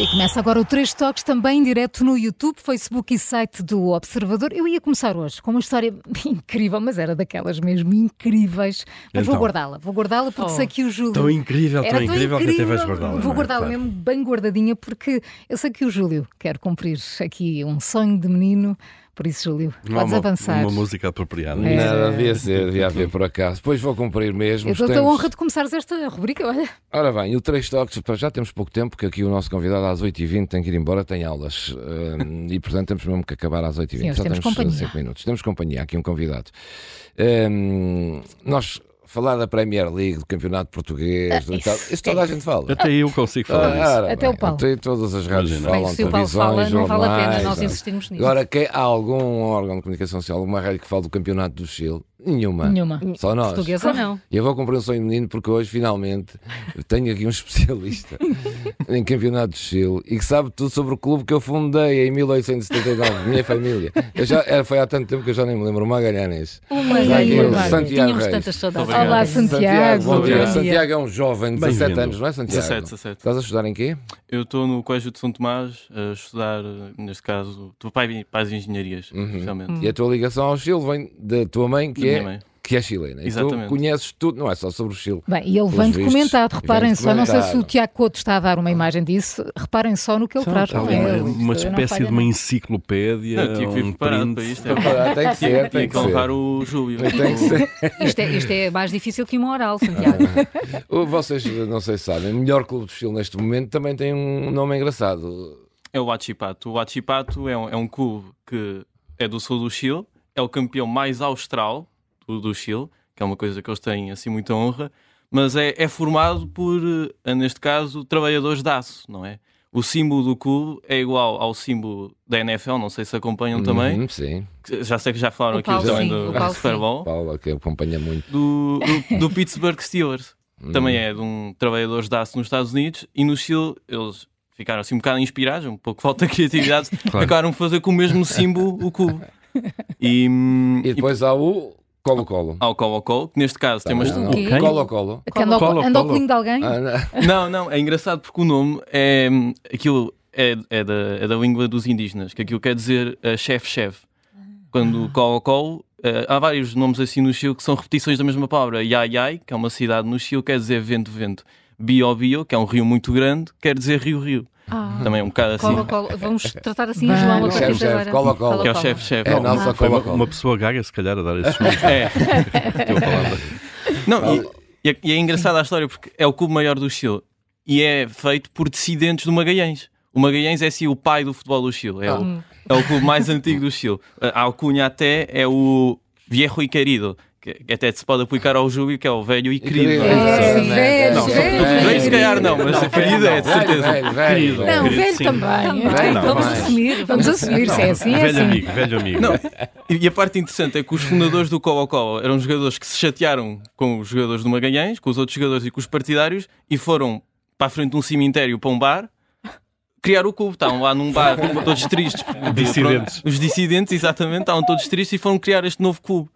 E começa agora o Três Toques também em direto no YouTube, Facebook e site do Observador. Eu ia começar hoje com uma história incrível, mas era daquelas mesmo incríveis. Mas vou Então. guardá-la, vou guardá-la porque Oh. sei que o Júlio. Tão incrível, Era tão incrível, que até vais guardá-la. não Vou é? guardá-la Claro. mesmo bem guardadinha, porque eu sei que o Júlio quer cumprir aqui um sonho de menino. Por isso, Júlio, Não há podes uma, avançar. Uma música apropriada. É. Nada, devia ser, devia haver por acaso. Pois vou cumprir mesmo. eu dou-te a Temos- honra de começares esta rubrica, olha. Ora bem, o Três Toques, para já temos pouco tempo, porque aqui o nosso convidado às 8h20 tem que ir embora, tem aulas. hum, e portanto temos mesmo que acabar às 8h20. Sim, hoje já temos temos companhia. 5 minutos. Temos companhia, aqui um convidado. Hum, nós, falar da Premier League, do Campeonato Português, do isso. tal, isso toda a gente fala. Até eu consigo falar Ah, disso. ora Até bem, o Paulo. até todas as rádios Imagina. falam, Bem, se o Paulo fala, televisões, não vale a pena jornais, nós não- insistirmos nisso. Agora, quem, há algum órgão de comunicação social, alguma rádio que fala do Campeonato do Chile? Nenhuma. Nenhuma. Só nós. Portuguesa não. E eu vou cumprir um sonho menino porque hoje, finalmente, tenho aqui um especialista em campeonato de Chile e que sabe tudo sobre o clube que eu fundei em 1879, minha família. Eu já, era- foi há tanto tempo que eu já nem me lembro, o Magalhães. Uma Já e aqui, uma. Santiago Tínhamos Reis. tantas saudades. Obrigado. Olá, Santiago. bom dia. Obrigado. Santiago é um jovem de 17 Bem-vindo. anos, não é, Santiago? 17, 17. Estás a estudar em quê? Eu estou no Colégio de São Tomás a estudar, eh, neste caso, do pai, pais de engenharias, Uhum. especialmente. Hum. Hum. E a tua ligação ao Chile vem da tua mãe, que Da é, minha mãe. Que é chilena. E tu Exatamente. conheces tudo, não é só sobre o Chile. Bem, e ele vem vistos, documentado, vem reparem só. Não sei se o documentado. Tiago Couto está a dar uma imagem disso. Reparem só no que ele traz. tá Está não ali é? tá Ele- uma, uma isto não espécie falha de uma nada. enciclopédia. Não, tinha que vir um preparado print. para isto. é. Ah, tem que ser, Tinha tem que que ser. honrar o Júlio. Tem que ser. Isto é, isto é mais difícil que um oral, Santiago. um O- Vocês não sei se sabem, o melhor clube do Chile neste momento também tem um nome engraçado. É o Achipato. O Achipato é um, é um clube que é do sul do Chile, é o campeão mais austral do, do Chile, que é uma coisa que eles têm assim muita honra, mas é, é formado por, eh, neste caso, trabalhadores de aço, não é? O símbolo do clube é igual ao símbolo da NFL, não sei se acompanham Um também. Uhum, sim, que- Já sei que já falaram O aqui Paulo, também sim, do, o Paulo, do Super sim. Bowl. Paula, que acompanha muito. do, do, do Pittsburgh Steelers. Hum. Também é de um trabalhador de aço nos Estados Unidos e no Chile eles ficaram assim um bocado inspirados, um pouco falta de criatividade, acabaram por fazer com o mesmo símbolo o cubo. E, Ah, hum, E depois Tá há o Colo-Colo. e ao Colo Colo, que neste caso tem uma. Não, o quê? não. Colo-Colo. Que anda ao, Colo, anda ao colo. colinho de alguém? Ah, Não, não. não, é engraçado porque o nome é. hum, Aquilo é, é da, é da língua dos indígenas, que aquilo quer dizer eh, chefe-chefe. Quando Colo Colo. eh, há vários nomes assim no Chile que são repetições da mesma palavra. Yai Yai, que é uma cidade no Chile, quer dizer vento-vento. Bio Bio, que é um rio muito grande, quer dizer rio-rio. Ah, Também é um bocado assim. cola, cola. Vamos tratar assim, Vai. João, a Chefe, partir de chefe, agora. cola, cola. Que é o chefe-chefe. É a Não, nossa Foi uma, uma Colo-Colo. pessoa gaga, se calhar, a dar esses nomes. É. que eu falava. Não, e- e, é- e é engraçada a história porque é o clube maior do Chile e é feito por descendentes do Magalhães. O Magalhães é assim o pai do futebol do Chile. É, o, é o clube mais antigo do Chile. A alcunha até é o Viejo e Querido, que que até se pode aplicar ao Júlio, que é o velho e querido. É, Exatamente. velho, Não, velho. velho, Velho, se calhar não, mas a querida é de Velho, certeza. velho, velho, Querido. velho. Não, Querido, velho sim. também. Também, é. Não, vamos vai. assumir. Vamos Vamos assumir, se é assim, é velho assim. amigo, velho amigo. Não, e e a parte interessante é que os fundadores do Colo Colo eram jogadores que se chatearam com os jogadores do Magalhães, com os outros jogadores e com os partidários e foram para a frente de um cemitério para um bar criar o clube. Estavam lá num bar todos tristes. porque, Dissidentes. pronto, os dissidentes, exatamente, estavam todos tristes e foram criar este novo clube.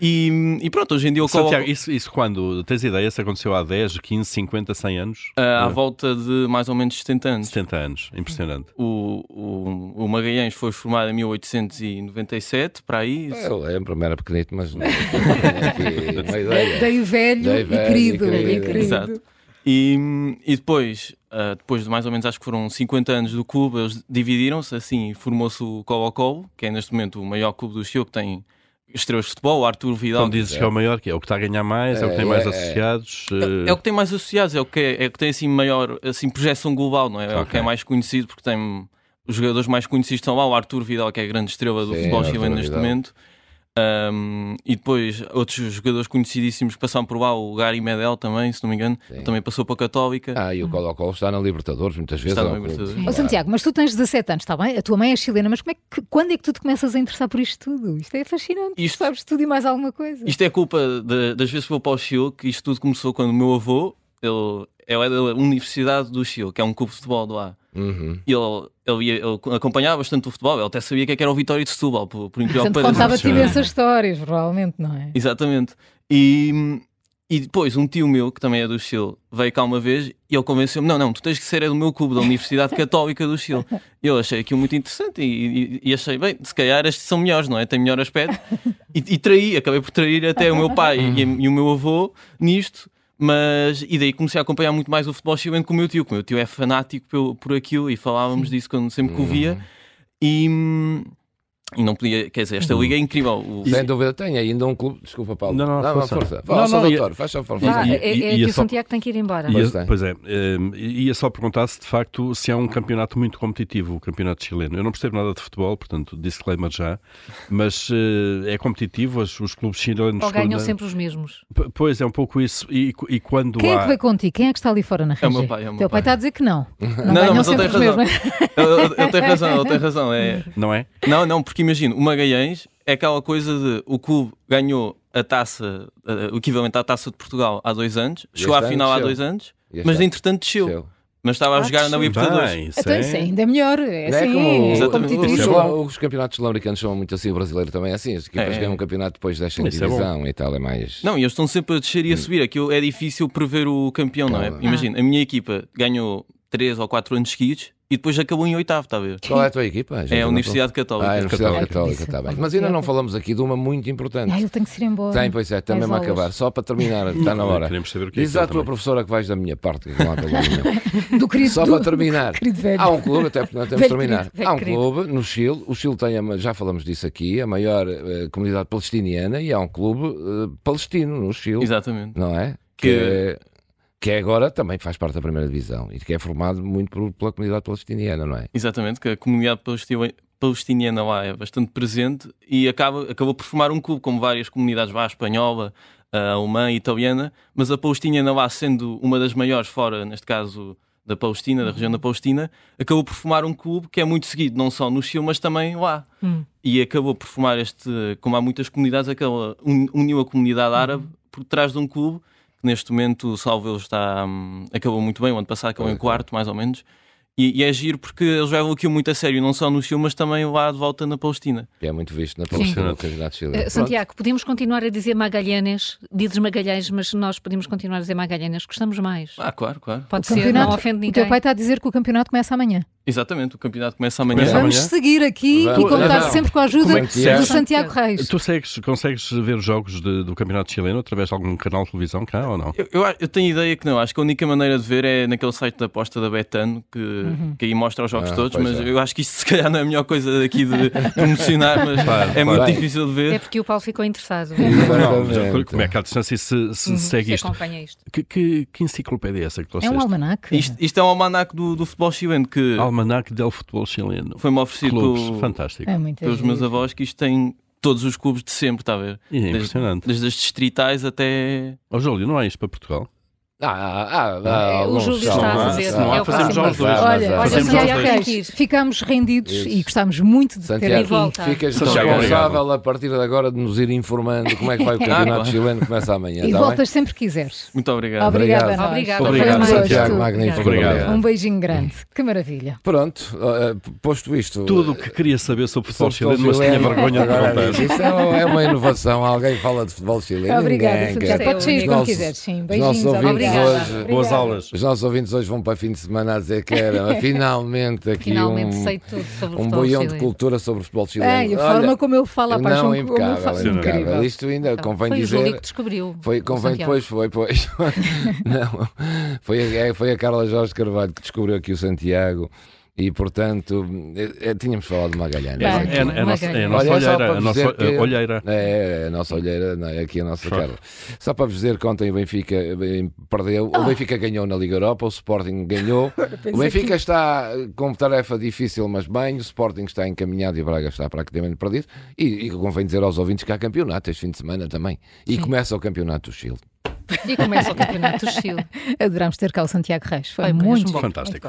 E, e pronto, hoje em dia o Colo Santiago, isso, isso quando tens ideia, isso aconteceu há 10, 15, 50, 100 anos? é à volta de mais ou menos 70 anos. 70 anos, impressionante. O, o, o Magalhães foi formado em 1897, para aí. É, Eu lembro, mas era pequenito, mas não. Aqui, uma ideia. Dei velho, Dei velho e e querido. E querido. querido. Exato. E, e depois, ah, depois de mais ou menos acho que foram 50 anos do clube, eles dividiram-se, assim formou-se o Colo-Colo, que é neste momento o maior clube do Chile, que tem estrelas de futebol, o Arthur Vidal. Então dizes que é o maior, que é o que está a ganhar mais, é, o que tem É, mais é, é. associados. eh, É o que tem mais associados, é o que, é, é o que tem assim maior assim, projeção global, não é? É o que Ok. é mais conhecido, porque tem os jogadores mais conhecidos estão lá, o Arthur Vidal, que é a grande estrela do Sim, futebol Arthur chileno neste Vidal. momento. Ahm, e depois outros jogadores conhecidíssimos que passaram por lá, o Gary Medel também, se não me engano, Sim. também passou para a Católica. Ah, e o Colo Colo está na Libertadores, muitas vezes. Está é na um clube. Libertadores. Ó Ó, Santiago, mas tu tens 17 anos, está bem? A tua mãe é chilena, mas como é que- quando é que tu te começas a interessar por isto tudo? Isto é fascinante. Isto- Sabes tudo e mais alguma coisa. Isto é culpa da- das vezes que vou para o Chile, que isto tudo começou quando o meu avô, ele, ele é da Universidade do Chile, que é um clube de futebol de lá. Uhum. Ele, ele, ia- ele acompanhava bastante o futebol, ele até sabia que é que era o Vitória de Setúbal, por, por incrível que Portanto, pareça. contava-te Senhora. imensas histórias, provavelmente, não é? Exatamente. E, e depois um tio meu, que também é do Chile, veio cá uma vez e ele convenceu-me: não, não, tu tens que ser é do meu clube, da Universidade Católica do Chile. E Eu achei aquilo muito interessante e, e- e achei, bem, se calhar estes são melhores, não é? Tem melhor aspecto. E, e traí, acabei por trair até o meu pai e, e o meu avô nisto. Mas, e daí comecei a acompanhar muito mais o futebol chileno com o meu tio, que o meu tio é fanático pelo- por, aquilo e falávamos disso quando, sempre que o via. E, hum, e não podia, quer dizer, esta liga é incrível. O- Sem dúvida, tem ainda um clube. Desculpa, Paulo. Não, não, força. Fala Não, só, não, doutor. Faz só, por favor. Vá, E- e- é, é e que é o só- Santiago tem que ir embora. Ia- Pois Pois, tem. é, hum, ia só perguntar se de facto se há um campeonato muito competitivo, o campeonato chileno. Eu não percebo nada de futebol, portanto, disclaimer já, mas eh, é competitivo, os, os clubes chilenos. Ou ganham quando- sempre os mesmos. P- Pois é um pouco isso. E, e quando Quem é há. que veio contigo? Quem é que está ali fora na É o rede? meu pai, é o meu Teu pai pai. está a dizer que não. Não, Não, não, ganham mas ele sempre tem os mesmos. Ele ele tem razão, ele tem razão. É... Não é? Não, não, porque imagino, o Magalhães é aquela coisa de o clube ganhou a taça, eh, o equivalente à taça de Portugal há dois anos, chegou à ano final há desceu. dois anos, Este é mas ano entretanto desceu. desceu. Mas estava a jogar na desceu. Libertadores. Bem, isso Então é- isso é ainda melhor. É Não assim, como é Exatamente. Os, competitivismo. Isso é campeonatos- os campeonatos sul-americanos são muito assim, o brasileiro também é assim. As equipas É. ganham um campeonato depois descem de Isso é bom. divisão e tal, é mais. Não, e eles estão sempre a descer e a subir. Aquilo é difícil prever o campeão, não é? Hum. Claro. Imagina, a minha equipa ganhou três ou quatro anos seguidos e depois acabou em oitavo, está a ver? Qual é a tua equipa? Já É a não- Universidade Ah, a Católica. Universidade Católica. Católica, está bem. Mas ainda não falamos aqui de uma muito Ah, importante. ele tem que se ir embora. Tem, pois é, também me Mais acabar. aulas. Só para terminar, está na hora. Queremos saber o que é Diz que é à tua professora que vais da minha parte. que não há problema nenhum. Do querido, Só do- para terminar, querido velho. há um clube, até porque nós temos de Velho terminar. querido, velho há um querido. clube no Chile, o Chile tem, a, ma- já falamos disso aqui, a maior eh, comunidade palestiniana e há um clube eh, palestino no Chile, Exatamente. não é? Que- Que, que agora também faz parte da primeira divisão e que é formado muito por- pela comunidade palestiniana, não é? Exatamente, que a comunidade palestina- palestiniana lá é bastante presente e acaba, acabou por formar um clube, como várias comunidades lá, a espanhola, a alemã e italiana, mas a palestiniana lá, sendo uma das maiores fora, neste caso, da Palestina, da região da Palestina, acabou por formar um clube que é muito seguido, não só no Chile, mas também lá. E acabou por formar este, como há muitas comunidades, aquela un- uniu a comunidade árabe por trás de um clube que neste momento, salvo ele, está, hum, acabou muito bem, o ano passado acabou em quarto, mais ou menos. E, e é giro porque eles levam aquilo muito a sério, não só no Chile, mas também lá de volta na Palestina. Que é muito visto na Palestina, no candidato Eh, chileno. Santiago, podemos continuar a dizer Magalhães, dizes Magalhães, mas nós podemos continuar a dizer Magalhães, gostamos mais. Ah, claro, claro. Pode O ser, campeonato- não ofende O teu ninguém. pai está a dizer que o campeonato começa amanhã. Exatamente, o campeonato começa amanhã. Começa Vamos amanhã? seguir aqui Vamos. e contar Não. sempre com a ajuda Como é que se do acha? Santiago Reis. É um Tu segues- consegues ver os jogos de- do campeonato chileno através de algum canal de televisão cá ou não? Eu, eu, a- eu tenho ideia que não, acho que a única maneira de ver é naquele site da aposta da Betano que, que aí mostra os jogos Ah, todos, pois mas é. eu acho que isto se calhar não é a melhor coisa daqui de promocionar, mas Claro, é muito claro. difícil de ver. É porque o Paulo ficou interessado. Não, mas Exatamente. como é que à distância se, Uhum. se Se segue isto? acompanha isto. Que, que, que enciclopédia é essa que É trouxeste? um almanac. Isto, isto é um almanac do, do futebol chileno que Almanac del futebol chileno. foi-me oferecido Clubes, Tipo, pelo- fantástico. É muito pelos giro. meus avós, que isto tem todos os clubes de sempre, está a ver? E é impressionante. Desde as distritais até. Ó Júlio, não há isto para Portugal? Ah, ah, ah, ah, É, o alguns Júlio são, está a mas- fazer, mas- é o fazemos próximo. aos dois, Olha, mas- Olha, olha Fazemos Santiago aos dois. Reis, ficámos rendidos Isso. e gostámos muito de ter E Santiago, aqui. volta. ficas Santiago, responsável a partir de agora de nos ir informando como é que vai o campeonato claro. chileno que começa amanhã. E tá bem? voltas sempre que quiseres. Muito obrigado. Obrigada, Obrigado. a nós. Obrigado. Foi um Obrigado, gosto. Santiago. magnífico. Obrigado. Um beijinho grande. Que maravilha. Pronto, eh, posto isto. eh, Tudo o que queria saber sobre o futebol sobre chileno, futebol mas tinha chileno, é vergonha de agora contar. diz, Isso é uma- é uma inovação. Alguém fala de futebol chileno. Obrigada, ninguém quer. Santiago. Podes sair Os quando nossos- quiseres. Sim, Os nossos beijinhos. ouvintes hoje. Obrigada. Boas aulas. Os nossos ouvintes hoje vão para fim de semana a dizer que era finalmente aqui Finalmente um, sei tudo sobre o um futebol boião de chileno. cultura sobre futebol chileno. É, e a Olha, forma como ele fala, a paixão Não, como ele impecável, fala. impecável. Incrível. um Isto ainda Então, convém foi o Júlio dizer. que descobriu. Foi, o convém Santiago. depois, foi, pois. não, foi, a, é, foi a Carla Jorge Carvalho que descobriu aqui o Santiago E portanto, eh, eh, tínhamos falado de Magalhães. É, Bem, é, é a nossa, é a nossa Olha, só olheira. para A nossa dizer que- eh, olheira. É, é a nossa olheira, não, é aqui a nossa Só. cara. Só para vos dizer que ontem o Benfica eh, perdeu, o Benfica ganhou na Liga Europa, o Sporting ganhou. o Benfica está eh, com tarefa difícil, mas bem, o Sporting está encaminhado e o Braga está praticamente perdido. E, e convém dizer aos ouvintes que há campeonato este fim de semana também. E começa o campeonato do Chile. E começa o Campeonato do Chile. Adorámos ter cá o Santiago Reis. Foi, Foi mesmo muito bom. Fantástico.